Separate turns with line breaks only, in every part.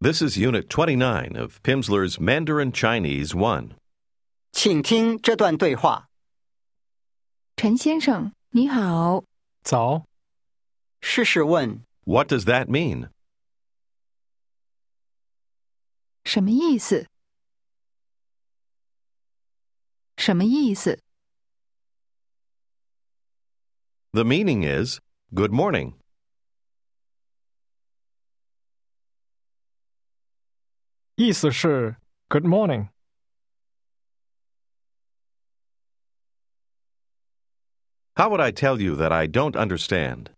This is Unit 29 of Pimsleur's Mandarin Chinese 1.
请听这段对话。
陈先生，你好，
早，
试试问：
What does that mean?
什么意思？什么意思？
The meaning is Good morning.
意思是 Good morning。
How would I tell you that I don't understand?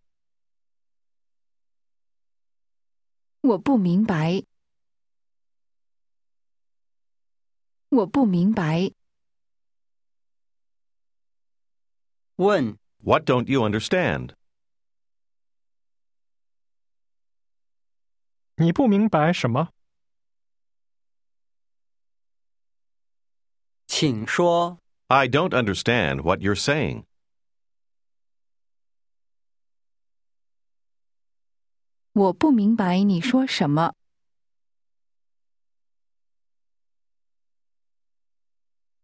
我不明白，我不明白，
问
What don't you understand?
你不明白什么？
请说
I don't understand what you're saying.
我不明白你说什么。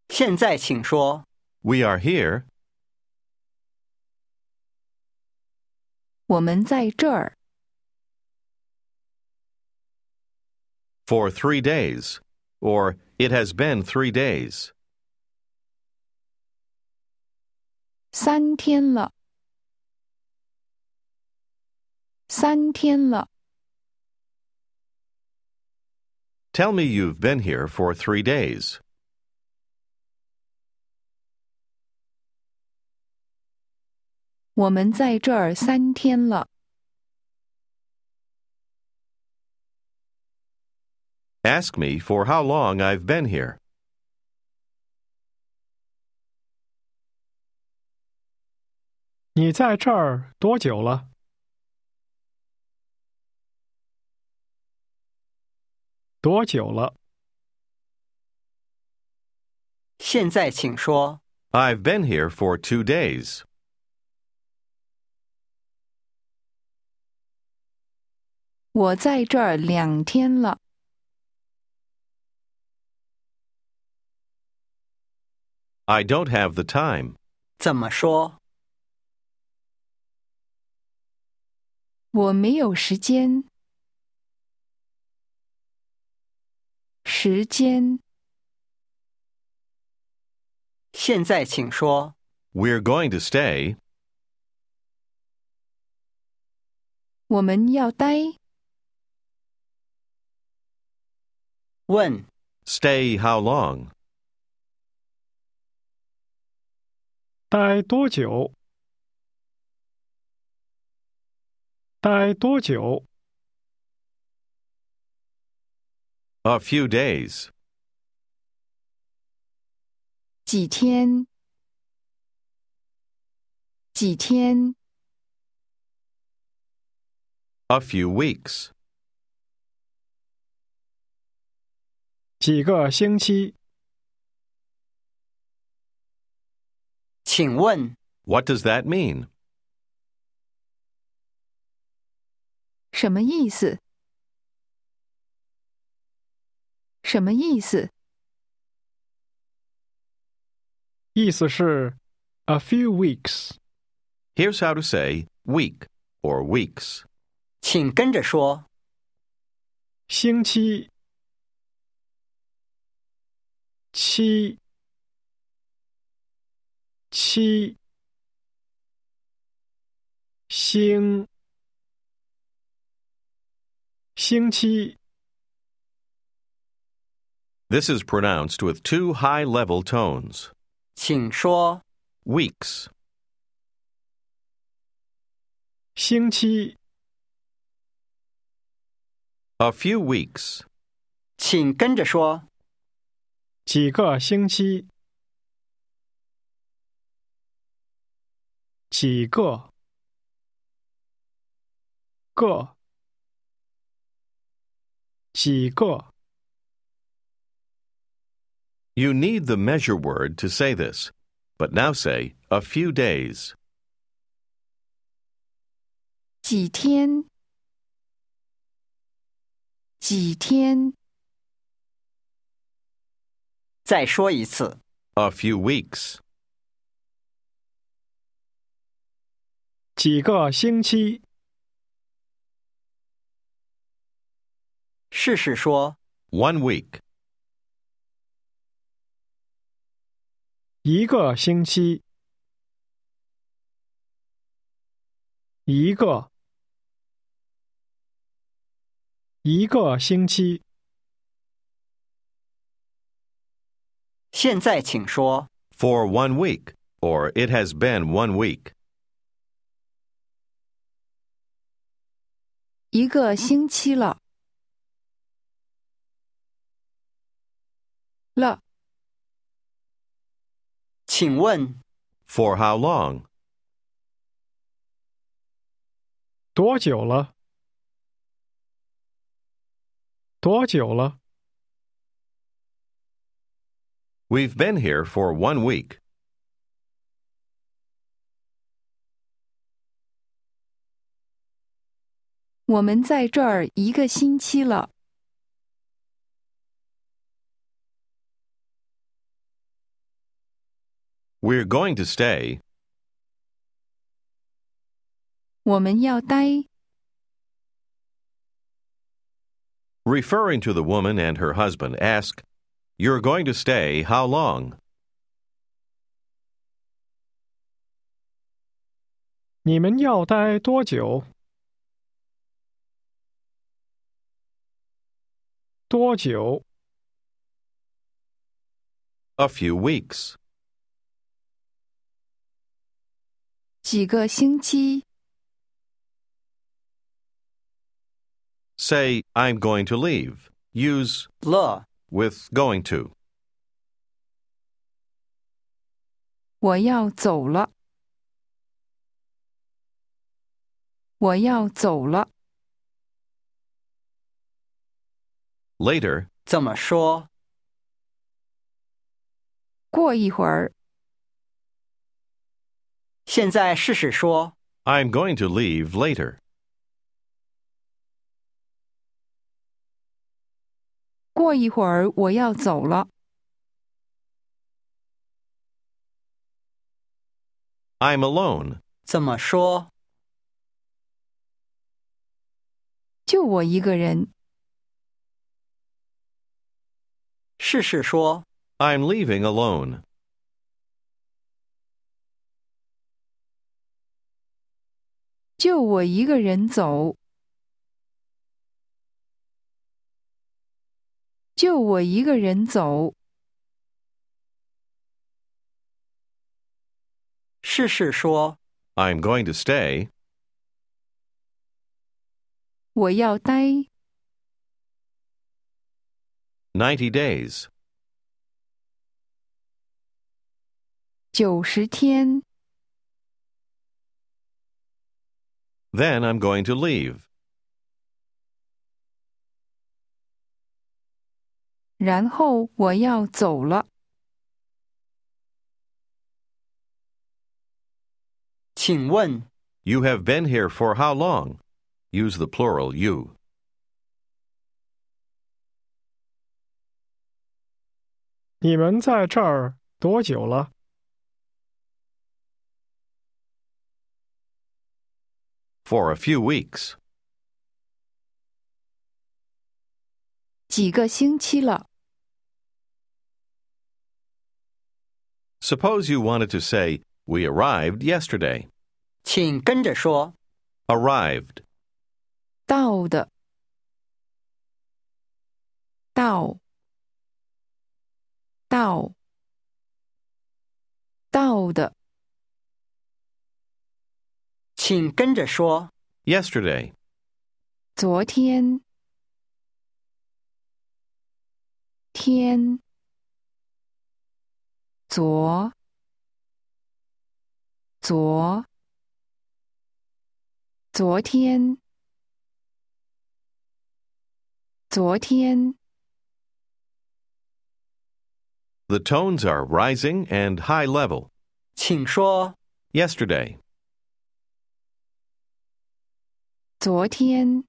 现在，请说
We are here.
我们在这儿，
For three days. Or, it has been three days.
三天了，三天了。
Tell me you've been here for three days.
我们在这儿三天了，
Ask me for how long I've been here.
你在这儿多久了？多久了？
现在，请说
I've been here for two days.
我在这儿两天了，
I don't have the time.
怎么说？
我没有时间，时间。
现在，请说
We're going to stay.
我们要待，
问
Stay how long?
待多久？待多久？
A few days.
几天，几天，
A few weeks.
几个星期？
请问
What does that mean?
什么意思？什么意思？
意思是 A few weeks。
Here's how to say week or weeks.
请跟着说。
星期七七星星期
This is pronounced with two high level tones.
请说
Weeks.
星期
A few weeks.
请跟着说。
几个星期几个个几个。
You need the measure word to say this, but now say a few days.
几天，几天、
再说一次，
a few weeks,
几个星期、
试试说，
one week,
一个星期、一个、一个星期。
现在请说，
for one week, or it has been one week,
一个星期了。了，
请问
for how long,
多久了？多久了？
we've been here for one week,
我们在这儿一个星期了。
we're going to stay,
我们要待
referring to the woman and her husband, ask, You're going to stay how long?
你们要待多久？多久？
A few weeks,
几个星期。
say, I'm going to leave. Use
了，
with going to.
我要走了。我要走了。
Later,
怎么说？
过一会儿，
现在试试说，
I'm going to leave later.
过一会儿我要走了。
I'm alone.
怎么说？
就我一个人，
试试说，
I'm leaving alone.
就我一个人走。就我一个人走，
试试说，
I'm going to stay.
我要待
90 days.
九十天，
Then I'm going to leave.
然后我要走了。
请问
You have been here for how long? Use the plural you.
你们在这儿多久了？
For a few weeks.
几个星期了，
Suppose you wanted to say, We arrived yesterday.
请跟着说，
Arrived.
到的，到，到，到的，
请跟着说，
Yesterday.
昨天，天，昨，昨，昨天，昨天，
The tones are rising and high level.
请说，
Yesterday.
昨天，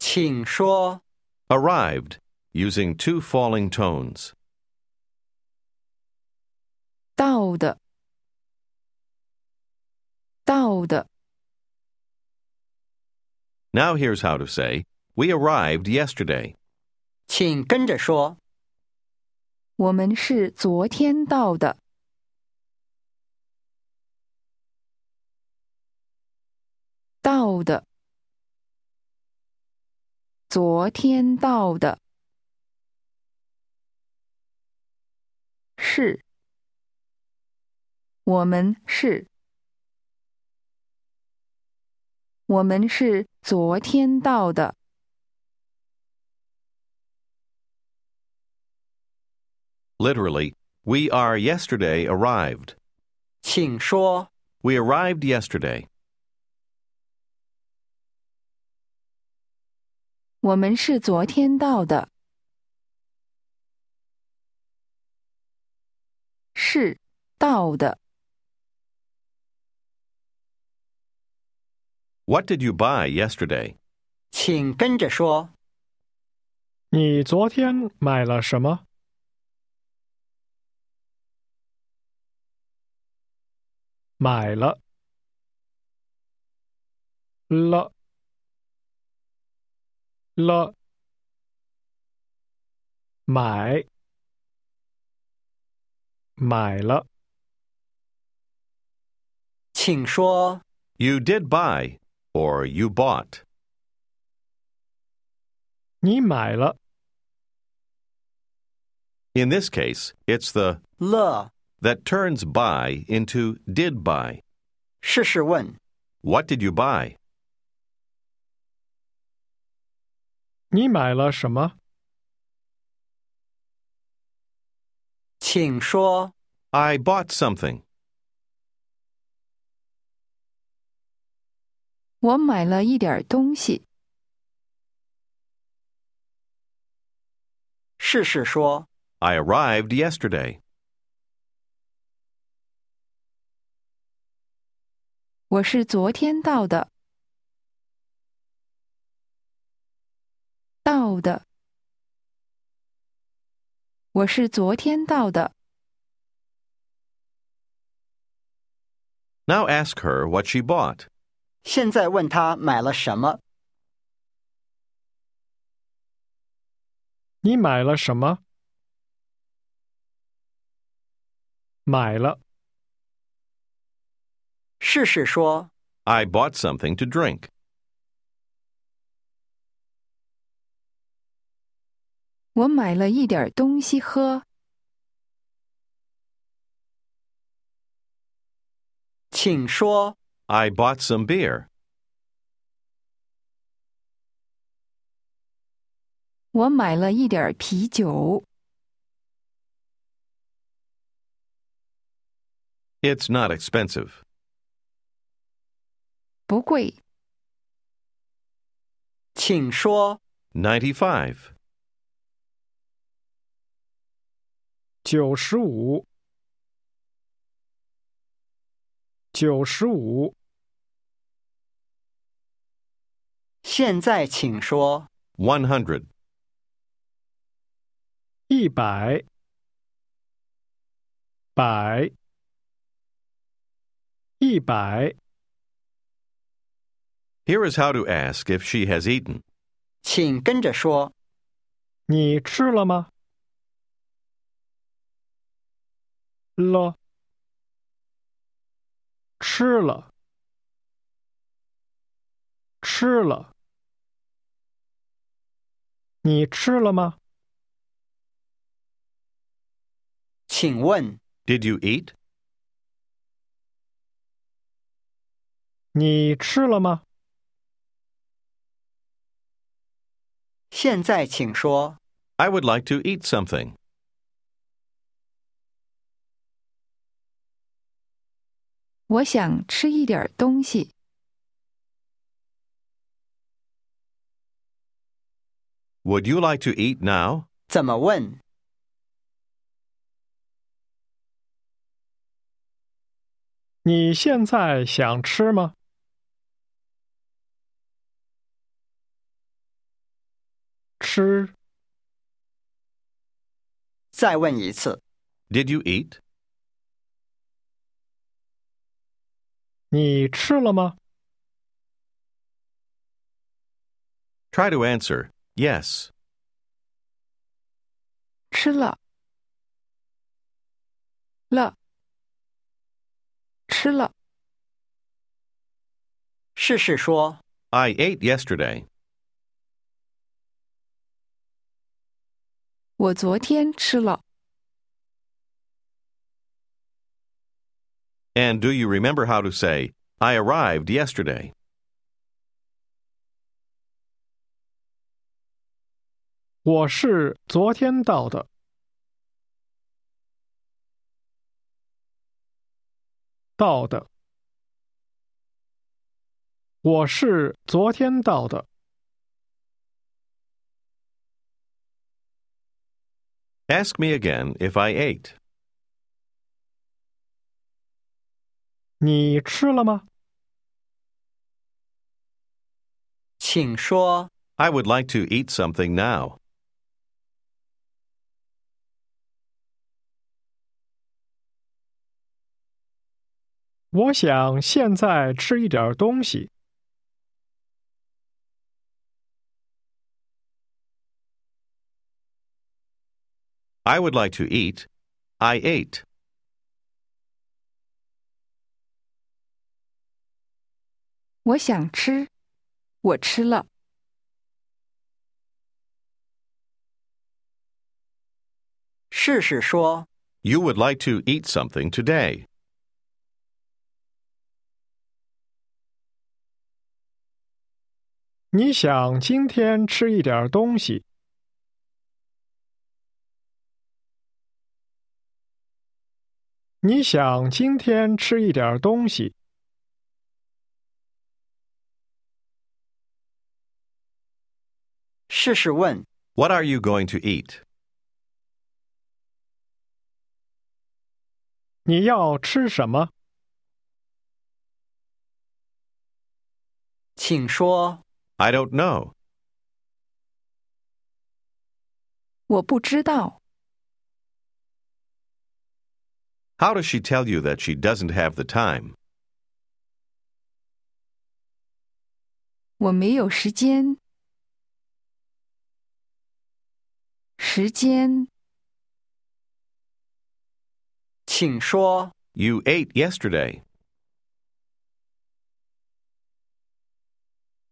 请说，
Arrived, using two falling tones.
到的，到的，
Now here's how to say, We arrived yesterday.
请跟着说，
我们是昨天到的。到的，昨天到的，是，我们是，我们是昨天到的。
Literally, We are yesterday arrived.
请说，
We arrived yesterday.
我们是昨天到的。是到的。
What did you buy yesterday?
请跟着说，
你昨天买了什么？买了，了，了，买，买了。
请说，
You did buy, or you bought.
你买了
In this case, it's the
了，
that turns buy into did buy.
试试问，
What did you buy?
你买了什么？
请说，
I bought something.
我买了一点儿东西。
试试说，
I arrived yesterday.
我是昨天到的。到的。我是昨天到的。
Now ask her what she bought.
现在问他买了什么，
你买了什么？买了，
试试说，
I bought something to drink.
我买了一点儿东西喝。
请说，
I bought some beer.
我买了一点儿啤酒。
It's not expensive.
不贵。
请说，
95.
九十五，九十五。
现在请说，
100.
一百，百，一百。
Here is how to ask if she has eaten.
请跟着说，
你吃了吗？了，吃了，吃了。你吃了吗？
请问，
Did you eat?
你吃了吗？
现在请说，
I would like to eat something.
我想吃一点儿东西。
Would you like to eat now?
怎么问？
你现在想吃吗？吃？
再问一次，
Did you eat?
你吃了吗？
Try to answer yes.
吃了，了，吃了。
试试说
I ate yesterday.
我昨天吃了，
And do you remember how to say, I arrived yesterday?
我是昨天到的。到的。我是昨天到的。
Ask me again if I ate.
你吃了吗？
请说
I would like to eat something now.
我想现在吃一点儿东西。
I would like to eat. I ate.
我想吃，我吃了，
试试说
You would like to eat something today.
你想今天吃一点儿东西？你想今天吃一点儿东西？
试试问
What are you going to eat?
你要吃什么？
请说
I don't know.
我不知道。
How does she tell you that she doesn't have the time?
我没有时间，时间。
请说
You ate yesterday.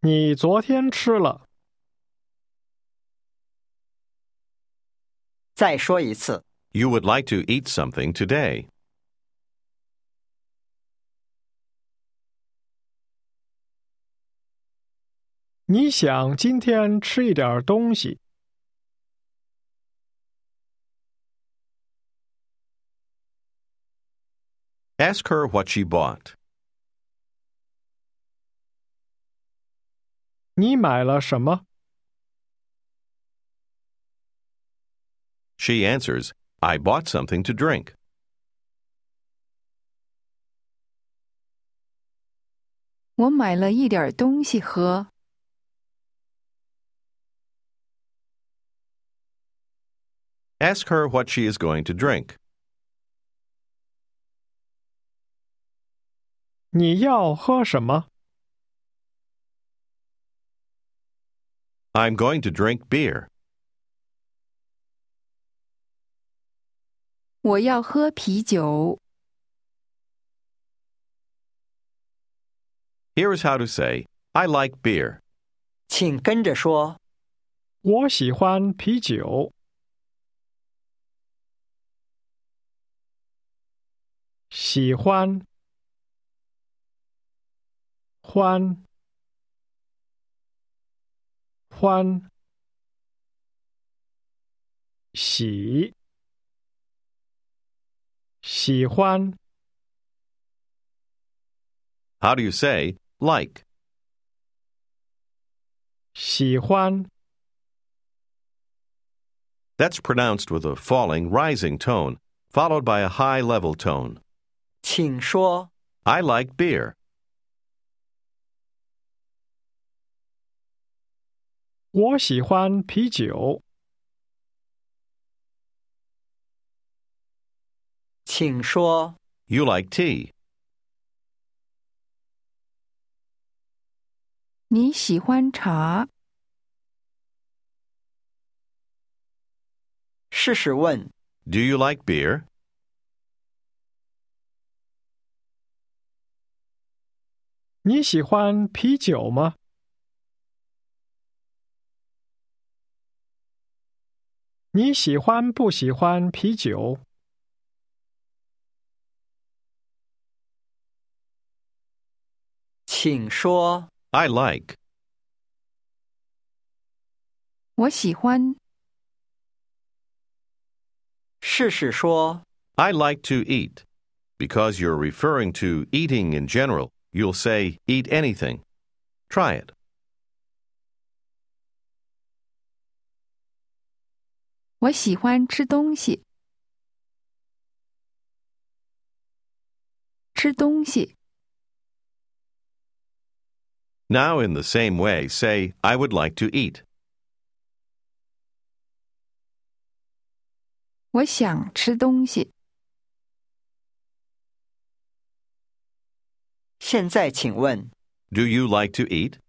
你昨天吃了？
再说一次，
You would like to eat something today.
你想今天吃一点儿东西？
Ask her what she bought.
你买了什么？
She answers, I bought something to drink.
我买了一点儿东西喝，
Ask her what she is going to drink.
你要喝什么？
I'm going to drink beer.
我要喝啤酒。
Here is how to say, I like beer.
请跟着说，
我喜欢啤酒。喜欢，欢，欢，喜，喜欢，
How do you say, like?
喜欢，
That's pronounced with a falling, rising tone, followed by a high level tone.
请说
I like beer.
我喜欢啤酒。
请说，
You like tea.
你喜欢茶？
试试问，
Do you like beer?
你喜欢啤酒吗？你喜欢不喜欢啤酒？
请说，
I like.
我喜欢。
试试说，
I like to eat. Because you're referring to eating in general, you'll say eat anything. Try it.
我喜欢吃东西。吃东西，
Now, in the same way, say I would like to eat.
我想吃东西。
现在请问，
Do you like to eat?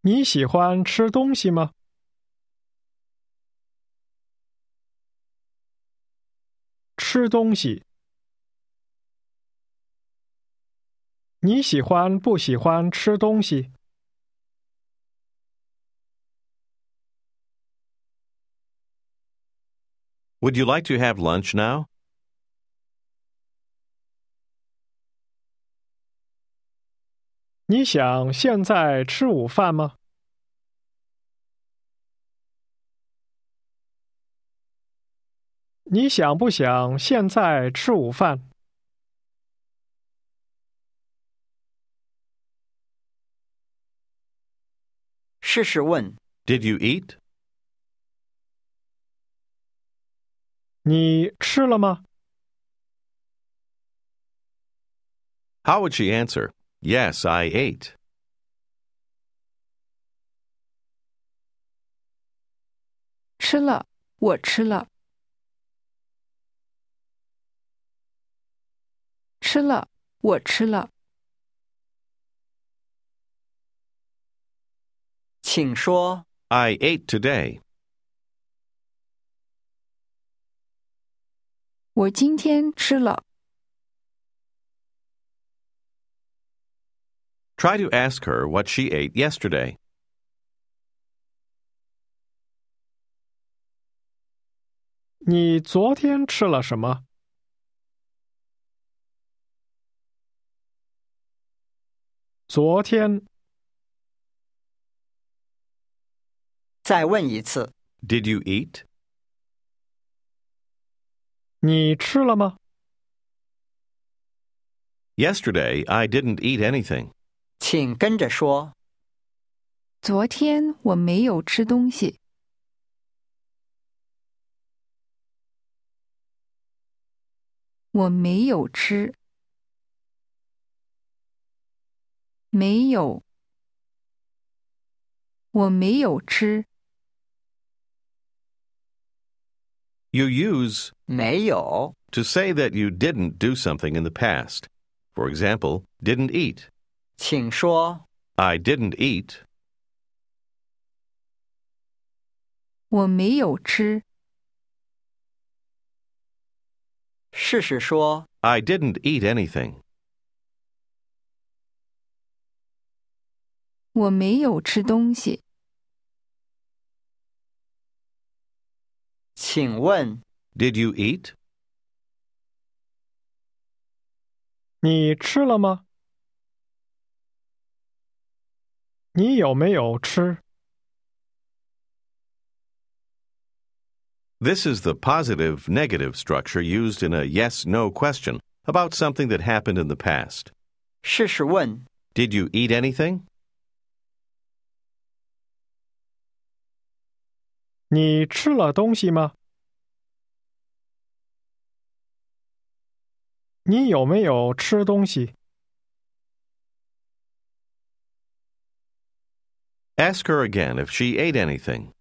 你喜欢吃东西吗？吃东西。你喜欢不喜欢吃东西？
Would you like to have lunch now?
你想现在吃午饭吗？你想不想现在吃午饭？
试试问，
Did you eat?
你吃了吗？
How would she answer? Yes, I ate.
吃了，我吃了。吃了，我吃了。
请说，
I ate today.
我今天吃了。
Try to ask her what she ate yesterday.
你昨天吃了什么？昨天，
再问一次，
Did you eat?
你吃了吗？
Yesterday, I didn't eat anything.
请跟着说，
昨天我没有吃东西。我没有吃，没有，我没有吃，
You use
没有，
to say that you didn't do something in the past. For example, didn't eat.
请说，
I didn't eat.
我没有吃，
试试说，
I didn't eat anything.
我没有吃东西。
请问，
Did you eat?
你吃了吗？你有没有吃？
This is the positive negative structure used in a yes no question about something that happened in the past.
试试问，
Did you eat anything?
你吃了东西吗？你有没有吃东西？
Ask her again if she ate anything.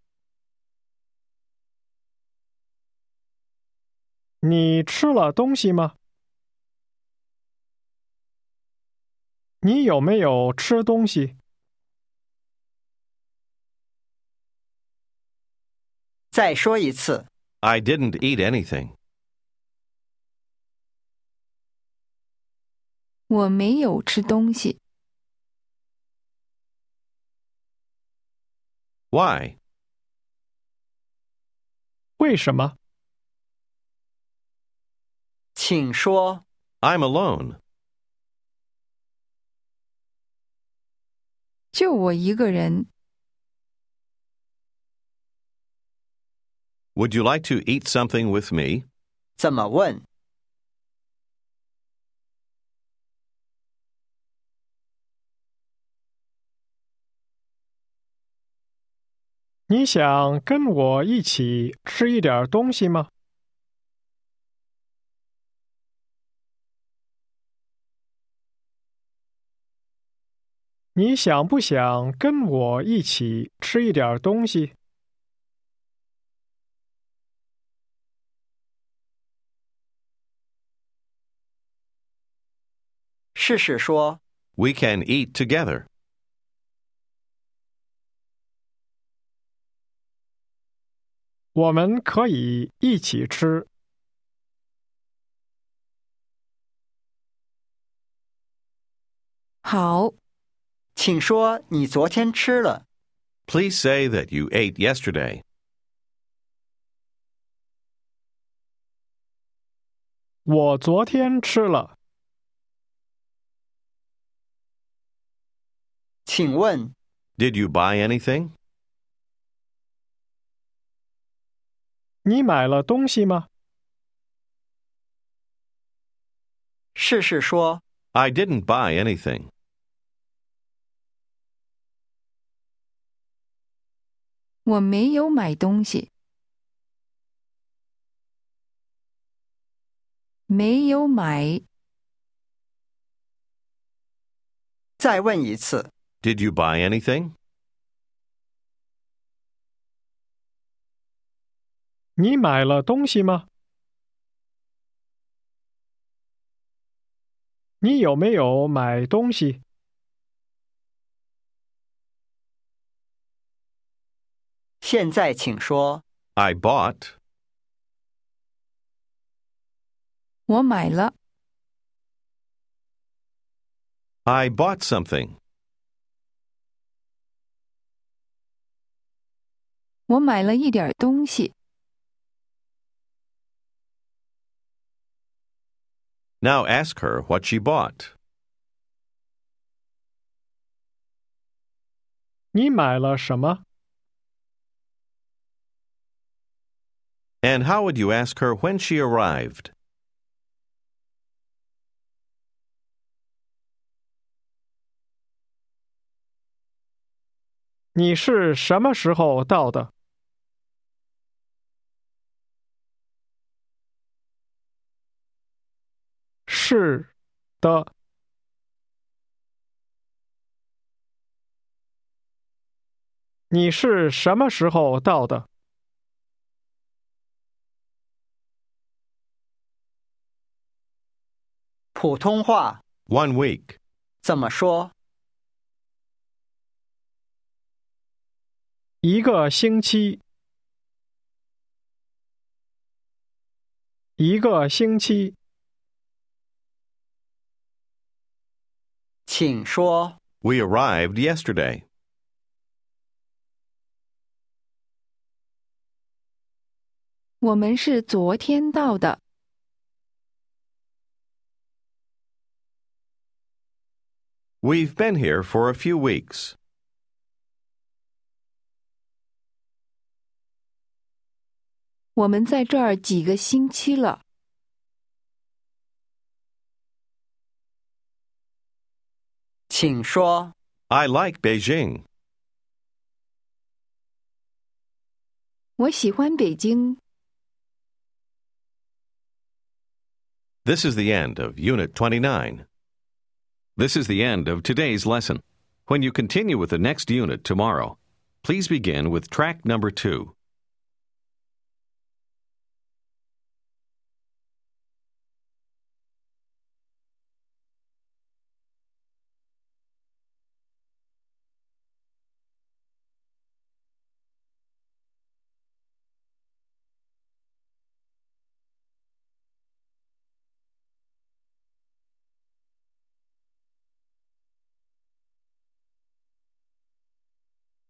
你吃了东西吗？你有没有吃东西？
再说一次，
I didn't eat anything.
我没有吃东西。
Why?
为什么？
请说
I'm alone.
就我一个人，
Would you like to eat something with me?
怎么问？
你想跟我一起吃一点东西吗？你想不想跟我一起吃一点东西？
试试说，
We can eat together.
我们可以一起吃。
好，
请说你昨天吃了，
Please say that you ate yesterday.
我昨天吃了。
请问
Did you buy anything?
你买了东西吗？
试试说，
I didn't buy anything.
我没有买东西。没有买，
再问一次，
Did you buy anything?
你买了东西吗？你有没有买东西？
现在请说，
I bought.
我买了，
I bought something.
我买了一点儿东西。
Now ask her what she bought.
你买了什么？
And how would you ask her when she arrived?
你是什么时候到的？是的。你是什么时候到的？
普通话
One week.
怎么说？
一个星期，一个星期。
请说，
We arrived yesterday.
我们是昨天到的，
We've been here for a few weeks.
我们在这儿几个星期了。
请说，
I like Beijing.
我喜欢北京。
This is the end of Unit 29. This is the end of today's lesson. When you continue with the next unit tomorrow, please begin with track number two.